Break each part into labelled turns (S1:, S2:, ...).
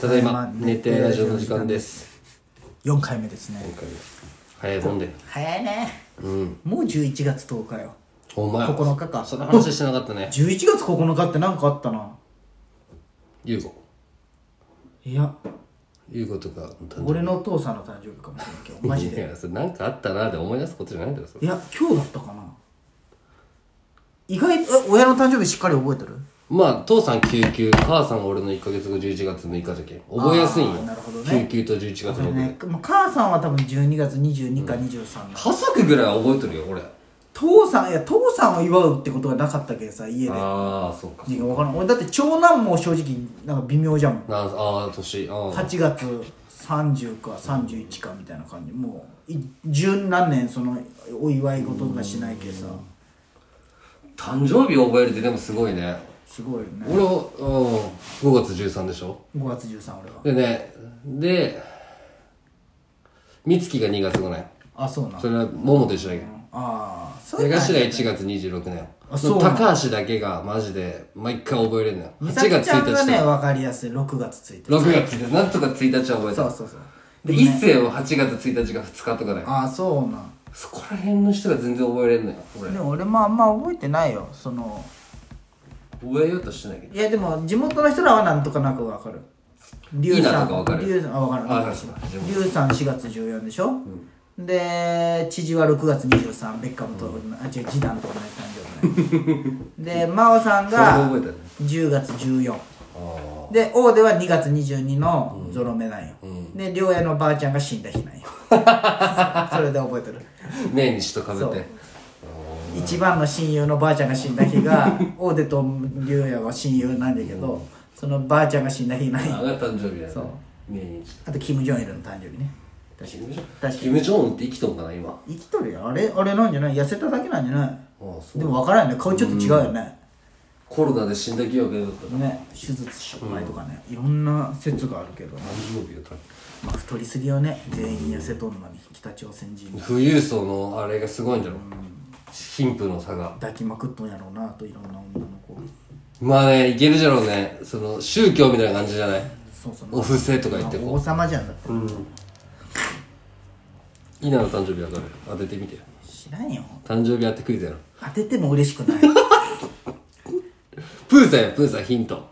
S1: ただいま
S2: ただいま
S1: 寝てラジオの時間です
S2: 4回目ですね
S1: 今回も早いもんで
S2: 早いね
S1: うん
S2: もう11月10日よ
S1: お前
S2: 9日か
S1: その話してなかったね
S2: 11月9日って何かあったな
S1: 優吾
S2: いや
S1: 優吾とかの誕生日
S2: 俺のお父さんの誕生日かもしれない今日マジ
S1: い
S2: で
S1: やそれなんかあったなで思い出すことじゃないんだよそれ
S2: いや今日だったかな意外とえ親の誕生日しっかり覚えてる
S1: まあ父さん救急母さんは俺の1ヶ月後11月6日じゃけん覚えやすいんよ
S2: あーなるほどね
S1: 救急と11月
S2: 俺
S1: 6日
S2: ね、まあ、母さんは多分12月22か23、
S1: 家族ぐらいは覚えてるよ俺
S2: 父さんいや父さんを祝うってことがなかったけどさ家で
S1: ああそうか
S2: いやわからん俺だって長男も正直なんか微妙じゃん
S1: なああ年ああ
S2: 8月30か31かみたいな感じもうい十何年そのお祝い事とかしないけどさ
S1: 誕生日覚えるってでもすごいね
S2: すごいよね
S1: 俺はうん5月13でしょ
S2: 5月13俺は
S1: でねで美月が2月5年
S2: あそうなん
S1: それは桃と一緒だけど
S2: ああそ
S1: 江
S2: うなん
S1: 頭
S2: や
S1: 1月26年
S2: あそうなの
S1: 高橋だけがマジで毎回覚えれんのよ
S2: 美
S1: 8
S2: 咲
S1: 月
S2: ちゃんが
S1: 1
S2: ね
S1: 日
S2: 分かりやすい6月1日
S1: と6月1日なんとか1日は覚え
S2: そ
S1: た
S2: うそうそう
S1: で一星は8月1日が2日とかだよ
S2: ああそうなん
S1: そこら辺の人が全然覚えれんのよ俺
S2: でも俺もあんま覚えてないよその
S1: 覚えようとしてないけど
S2: いやでも地元の人らはなんとかなく分かる
S1: いいな
S2: さ
S1: とかわ
S2: ん
S1: かる
S2: 龍さんあ分か
S1: あ
S2: る
S1: わかる
S2: 龍さん4月14でしょ、で知事は6月23ベッカムと、あ違う次男と同じ誕 生日ねで真央さんが
S1: それも覚えたね
S2: 10月14
S1: あ
S2: で大手は2月22のゾロ目なんよ、で両親のばあちゃんが死んだ日なん よそれで覚えてる
S1: あ命日とかぶっ
S2: そ
S1: て
S2: う一番の親友のばあちゃんが死んだ日 が大手と龍也は親友なんだけど、そのばあちゃんが死んだ日ない
S1: あが誕生日やね
S2: そう
S1: 命日
S2: あとキム・ジョンイルの誕生日ね確か
S1: キム・ジョン
S2: 確かに
S1: キム・ジョンウンって生きとんかな今あ
S2: 生きとるよあれあれなんじゃない痩せただけなんじゃない
S1: あそう
S2: でも分からんよね顔ちょっと違うよね、
S1: コロナで死んだ疑惑だったな
S2: ね手術失敗とかね、いろんな説があるけど、
S1: 誕生日よ多分
S2: まあ、太りすぎよね全員痩せとんのに北朝鮮人
S1: 富裕層のあれがすごいんじゃろ貧富の差が
S2: 抱きまくっとんやろうなといろんな女の子
S1: まあねいけるじゃろうねその宗教みたいな感じじゃない
S2: そうそう
S1: お布施とか言って
S2: まあ
S1: こ
S2: 王様じゃんだって、
S1: う稲の誕生日わかる当ててみてよ
S2: 知らんよ
S1: 誕生日当てクイズやろ
S2: 当てても嬉しく ない
S1: プーさんやプーさんヒント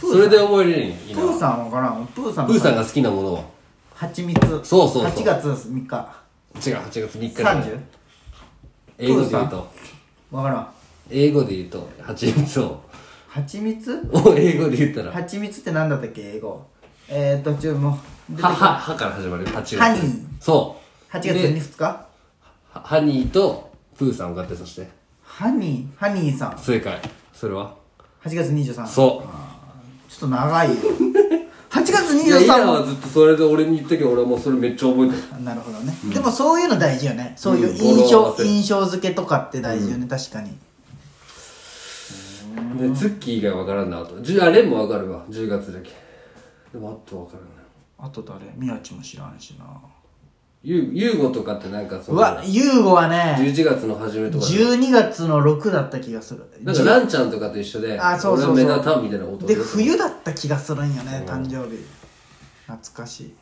S1: それで覚えれるんよ
S2: プ
S1: 稲
S2: ー
S1: は
S2: さん分からんプーさん
S1: プーさん
S2: が
S1: が好きなものは
S2: 蜂蜜そう
S1: そうそう
S2: 8月3日
S1: 違う8月3日だね
S2: 30?
S1: 英語で言
S2: プーさ
S1: うんと
S2: 分からん
S1: 英語で言うと蜂蜜を
S2: 蜂蜜
S1: を英語で言ったら
S2: 蜂蜜って何だったっけ英語えーとちょもう出てこ
S1: は、は、はから始まる。ハチ
S2: ハニー
S1: そう。
S2: 8月
S1: で
S2: 2日
S1: はハニーとプーさんを買って、そして。
S2: ハニーハニーさん8
S1: 正解。それは
S2: 月23ちょ
S1: そ
S2: っと長 いよ8月
S1: う。いや、イラ
S2: 23
S1: はずっとそれで俺に言ったけど、俺はもうそれめっちゃ覚えてる。
S2: なるほどね、でもそういうの大事よねそういう
S1: うん
S2: 印
S1: 語呂合
S2: 象
S1: わ、せ
S2: 印象付けとかって大事よね、確かに
S1: で、ツッキー以外わからんな、あと。じゅあ、レンもわかるわ。10月だけ。でも、あとわからんな。
S2: あと誰宮地も知らんしな
S1: ゆう、ゆうごとかってなんかそうの、
S2: わユーゴはね
S1: 11月の初めとかで。
S2: 12月の6だった気がする
S1: なんか、ランちゃんとかと一緒で、
S2: あそうそうそう
S1: 俺は目立たんみたいな音
S2: で冬だった気がするんよね誕生日懐かしい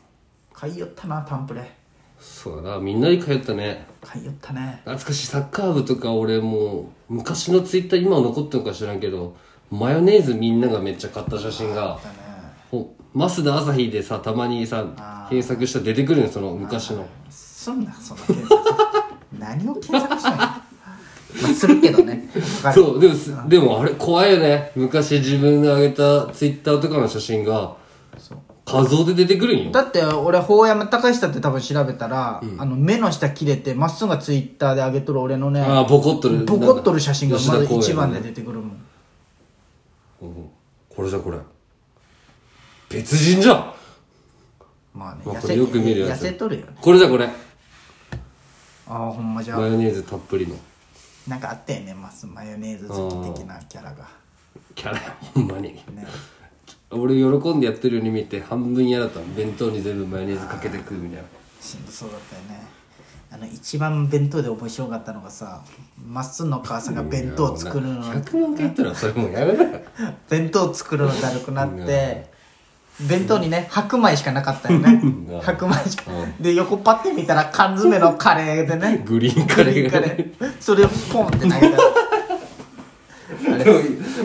S2: 買いよったなタンプレ
S1: そうだな、みんなに通ったね。
S2: 買いよったね
S1: 懐かしいサッカー部とか俺もう昔のツイッター今は残ってるのか知らんけどマヨネーズみんながめっちゃ買った写真が
S2: だね
S1: ほ増田朝日でさたまにさ
S2: あー
S1: 検索したら出てくるのよその昔の
S2: すんなそんな検索 何を検索 したんやまあするけどねわかる
S1: そうでもすでもあれ怖いよね昔自分が上げたツイッターとかの写真が
S2: そう
S1: 画像で出てくるんよ
S2: だって俺法山隆久って多分調べたら、あの目の下切れてまっすぐがツイッターで上げとる俺のね
S1: ああボコっとる
S2: ボコっとる写真がまず一番
S1: で、
S2: で出てくるもん、
S1: うんこれじゃこれ別人じゃん
S2: まあね
S1: まあ
S2: 痩
S1: こ
S2: せ
S1: れよく見るや
S2: 痩
S1: つ
S2: せとるよね
S1: これじゃこれ
S2: ああほんまじゃあ
S1: マヨネーズたっぷりの
S2: なんかあったよねマスマヨネーズ好き的なキャラが
S1: キャラほんまに
S2: ね
S1: 俺喜んでやってるように見て半分嫌だったの弁当に全部マヨネーズかけて食うみたいな
S2: しんどそうだったよねあの一番弁当で面白かったのがさまっすんの母さんが弁当作るの
S1: 100万回言ったらそれもうやめなよ
S2: 弁当作るのだるくなって弁当にね白米しかなかったよね
S1: うん
S2: 白米しかで横パッて見たら缶詰のカレーでね
S1: グリーンカレーが
S2: カ
S1: ね
S2: レーそれをポンって投げたらあれ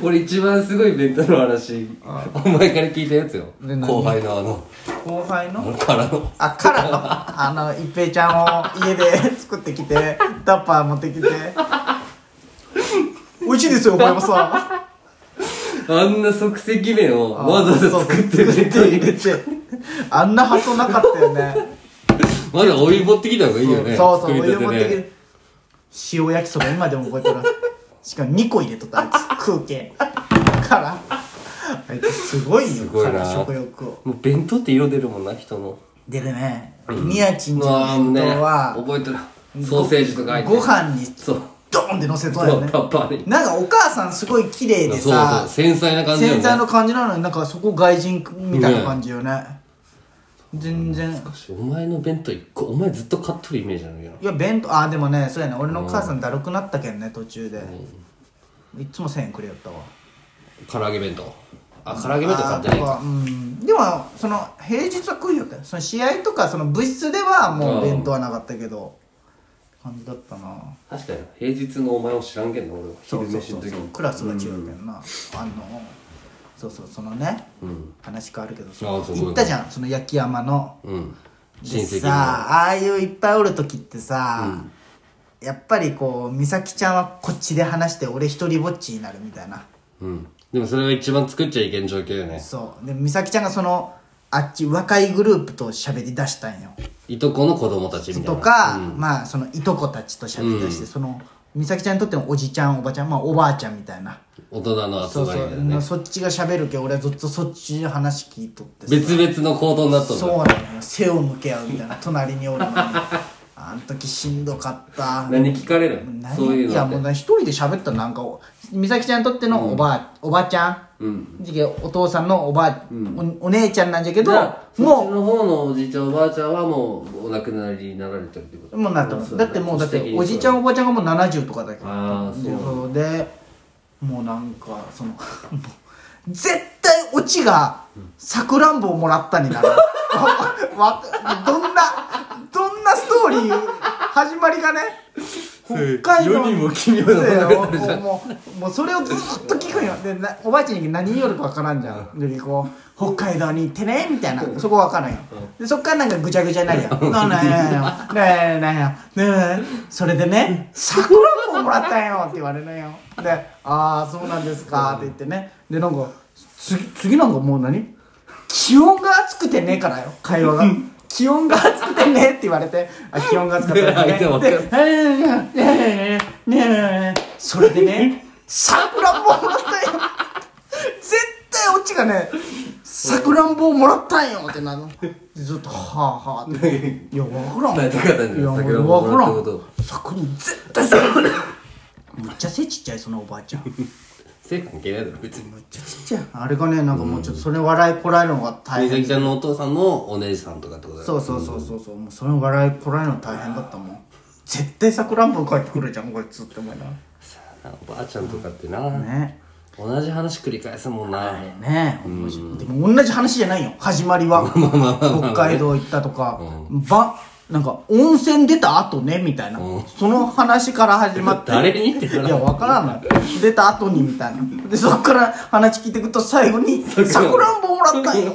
S1: 俺一番すごい弁当の話お前から聞いたやつよ
S2: で何
S1: 後輩のあの
S2: 後輩
S1: あ
S2: の
S1: のからの
S2: あからのあの一平ちゃんを家で作ってきてダッパー持ってき て美味しいですよお前もさ
S1: あんな即席麺をわざわざ作って
S2: そう
S1: 弁
S2: 作
S1: 当
S2: って
S1: に
S2: 入れてあんな発想なかったよね
S1: まだお湯持ってきた方がいいよね
S2: そうそう
S1: 作り
S2: お湯
S1: たて
S2: 持ってき
S1: ね
S2: て塩焼きそば今でも覚えてるしかも2個入れとったあいつ空気からあいつすごいよ
S1: すごいな
S2: から食欲を
S1: もう弁当って色出るもんな人の
S2: でね宮地んち
S1: ああ
S2: の
S1: もう
S2: 弁
S1: ね
S2: 当は
S1: 覚えてるソーセージとか入って
S2: ご飯に
S1: そう
S2: ドーンって乗せと
S1: そ
S2: るよね
S1: うパッパーに
S2: なんかお母さんすごい綺麗で
S1: そうそう
S2: さ
S1: 繊細な感じだよね
S2: 繊細な感じなのになんかそこ外人みたいな感じよね全然
S1: お前の弁当一個お前ずっと買っとるイメージなのよ
S2: いや弁当あでもねそうやね俺のお母さんだるくなったけんね途中で、いっつも1000円くれよったわ
S1: 唐揚げ弁当あ唐揚げ弁当買ってない
S2: あ
S1: か
S2: とはうんでもその平日は食うよったよその試合とかその部室ではもう弁当はなかったけど感じだったな
S1: 確かに平日のお前を知らんけんな俺は
S2: そ
S1: 昼
S2: うそう
S1: 飯
S2: そ
S1: の
S2: う
S1: 時
S2: そう
S1: に
S2: クラスが違うけどな、あのそうそうそのね、話変わるけどその
S1: あそう
S2: 行ったじゃんその焼き山の
S1: うん
S2: で
S1: 親戚
S2: さ
S1: の
S2: ああいういっぱいおる時ってさ、やっぱりこう美咲ちゃんはこっちで話して俺一人ぼっちになるみたいな
S1: うんでもそれが一番作っちゃいけん状況よね
S2: そうで美咲ちゃんがそのあっち若いグループと喋り出したんよ
S1: いとこの子供たちみたい
S2: と
S1: な
S2: か、まあそのいとこたちと喋り出して、その美咲ちゃんにとってのおじちゃんおばちゃんまあおばあちゃんみたいな
S1: 大人の集
S2: そう
S1: まり
S2: そ
S1: だよ
S2: う、
S1: ね
S2: そっちが喋るけど俺はずっとそっちの話聞いとってさ
S1: 別々の行動になっとる
S2: そうなのよ背を向け合うみたいな隣におるのにあん時しんどかった
S1: 何聞かれる
S2: 何
S1: そういう
S2: や
S1: の
S2: もう
S1: って
S2: な一人で喋ったらなんかお美咲ちゃんにとってのおばあ、おばあちゃん、じけお父さんのおばあ、おお姉ちゃんなんじゃけど
S1: じゃあそ
S2: も
S1: っちの方のおじいちゃんおばあちゃんはもうお亡くなりになられてるってこと
S2: うもうなった
S1: まあそ
S2: だってもうだっておじいちゃんおばあちゃんがもう70とかだけど
S1: ああそう
S2: でそうでもうなんかそのもう絶対オチがさくらんぼをもらったに なるわどんなどんなストーリー始まりがね北海道
S1: 世にも奇妙な物語じゃん
S2: もうもうそれをずっと聞くんよでなおばあちゃんに何言いよるかわからんじゃんでこう北海道に行ってねみたいなそこわからんよでそっからなんかぐちゃぐちゃになるやんなんなんやなんやなんやなんやねえそれでね桜ももらったんよって言われるのよで「ああそうなんですか」って言ってねでなんか次次なんかもう何気温が暑くてねからよ会話が気温が暑くてねって言われてあ気温が暑くてね
S1: 相手は分かる
S2: ねえねえねえねえねえねえねえそれでねさくらんぼをもらったんよ絶対オチがねさくらんぼをもらったんよってなるのでずっとはあはあっていや分からん
S1: 伝えたかったんじゃん
S2: いや
S1: 桜もも
S2: 分から
S1: ったこと
S2: んさくらん絶対さくらんぼむっちゃ背ちっちゃいそのおばあちゃんむっ
S1: 背関係ないだろ別に
S2: ちゃちっちゃいあれがねなんかもうちょっとそれ笑いこらえるのが大
S1: 美
S2: 変
S1: 咲ちゃんのお父さんのお姉さんとかってことだよ
S2: そうそうそうそうそうもうそれ笑いこらえるの大変だったもん絶対さくらんぼ帰ってくるじゃんこいつって思いなが
S1: さあおばあちゃんとかってな、
S2: らね
S1: 同じ話繰り返すもんな
S2: ねえ、でも同じ話じゃないよ始 まりは北海道行ったとか、ばなんか温泉出た後ねみたいな、その話から始まっ て
S1: 誰にってない
S2: やわからんのよ出た後にみたいなでそっから話聞いていくと最後に「さくらんぼもらったんよ」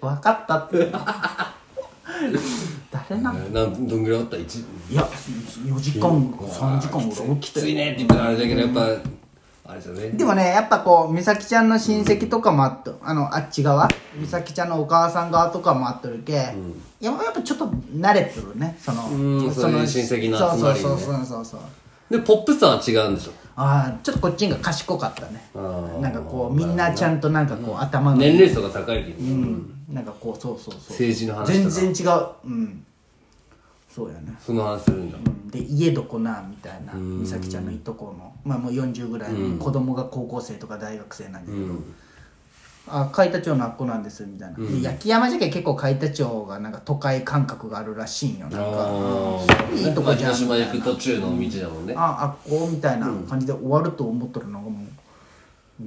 S2: 分かったって 誰なん
S1: なんどんぐらいおった一
S2: いや4時間3時間ぐらい起
S1: き
S2: きて
S1: ついねって言ったらあれだけどやっぱ、あれじゃね
S2: でもねやっぱこう美咲ちゃんの親戚とかもあっとあのあっち側美咲ちゃんのお母さん側とかもあっとるけ、いややっぱちょっと慣れてるねその
S1: うんそういう親戚の集まりにね
S2: そうそうそうそうそう
S1: でポップさは違うんでしょ
S2: ああちょっとこっちが賢かったね
S1: あー
S2: なんかこうみんなちゃんとなんかこう、頭の
S1: 年齢層が高いけど、
S2: うんなんかこうそうそうそう
S1: 政治の話と
S2: 全
S1: か
S2: 然違ううんそうやね
S1: その話するんだ
S2: で家どこなみたいな美咲ちゃんのいとこのまあもう40ぐらいの子供が高校生とか大学生なんだけど、あ海田町のあっこなんですみたいな、で焼き山じゃけ結構海田町がなんか都会感覚があるらしいんよなんか
S1: あ
S2: う
S1: あ
S2: んいいとこじゃん
S1: 広島行く途中の道だもんね
S2: ああっこみたいな感じで終わると思っとるのがもう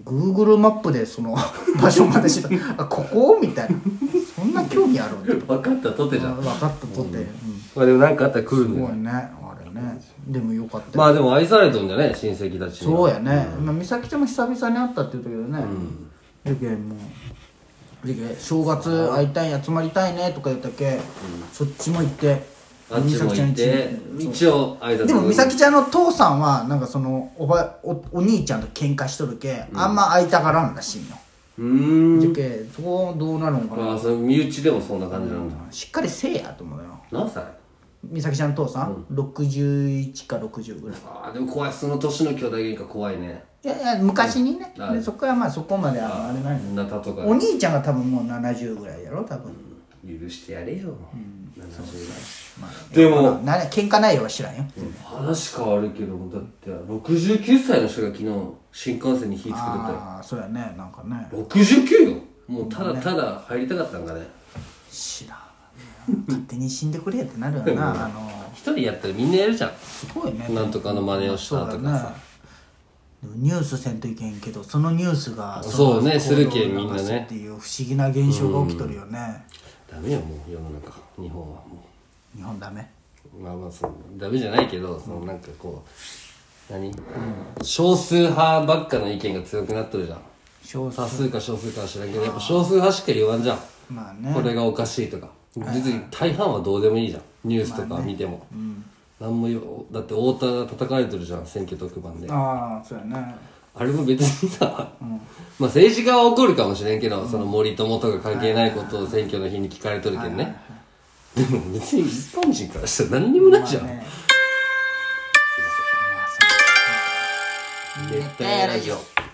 S2: Google マップでその場所まで知ったあここみたいな そんな興味あるんだ
S1: 分かったとてじゃん
S2: 分かったとって、うん
S1: まあでもなんかあったら来るん
S2: す
S1: だ
S2: ごい
S1: よ
S2: ねあれねでもよかったよ
S1: まあでも愛されとんじゃね親戚たちには
S2: そうやね、まあ、美咲とも久々に会ったって言ったけどね、でけもうでけ正月会いたい集まりたいねとか言ったっけ、そっちも行って
S1: あっちも行って
S2: 美咲
S1: 一
S2: ちゃん家
S1: 応挨拶
S2: でも美咲ちゃんの父さんはなんかそのおばおお兄ちゃんと喧嘩しとるけ、あんま会いたがらんらしいよ、
S1: うーん
S2: でけそこどうなるのかな、
S1: まあその身内でもそんな感じなんだ
S2: しっかりせえやと思うよ
S1: 何歳
S2: 美咲ちゃんの父さん、61か60ぐらい
S1: ああでも怖いその年の兄弟喧嘩怖いね
S2: いやいや昔にね、
S1: はい
S2: でそこはまあそこまではあれない
S1: なたとか
S2: お兄ちゃんが多分もう70ぐらいやろ多分、
S1: 許してやれよ、70代
S2: まあ、
S1: でも
S2: な喧嘩内容は知らんよ、
S1: 話変わるけどだって69歳の人が昨日新幹線に火つけてたよ
S2: ああそうやねなんかね
S1: 69よもうただただ入りたかったんかね
S2: 知らん勝手に死んでくれってなるよなあの
S1: 一人やったらみんなやるじゃん
S2: すごいね
S1: なんとかの真似をしたとかさ
S2: そうだねでもニュースせんといけんけどそのニュースが
S1: そうね
S2: の
S1: するけん
S2: 行動を促
S1: みんな
S2: す
S1: ね
S2: っていう不思議な現象が起きとるよね、
S1: ダメよもう世の中日本はも
S2: 日本ダメ
S1: うまあまあそうダメじゃないけどそのなんかこう何、少数派ばっかの意見が強くなっとるじゃん
S2: 少数
S1: 多数か少数かは知らんけどやっぱ少数派しか言わんじゃん
S2: まあね
S1: これがおかしいとか別に大半はどうでもいいじゃんニュースとか見ても、なんもよだって太田が叩かれてるじゃん選挙特番であ
S2: ああそうやね
S1: れも別にさ、まあ政治家は怒るかもしれんけど、その森友とか関係ないことを選挙の日に聞かれとるけんねでも別に一般人からしたら何にもないじゃん、
S2: まあね
S1: 絶対ラジオ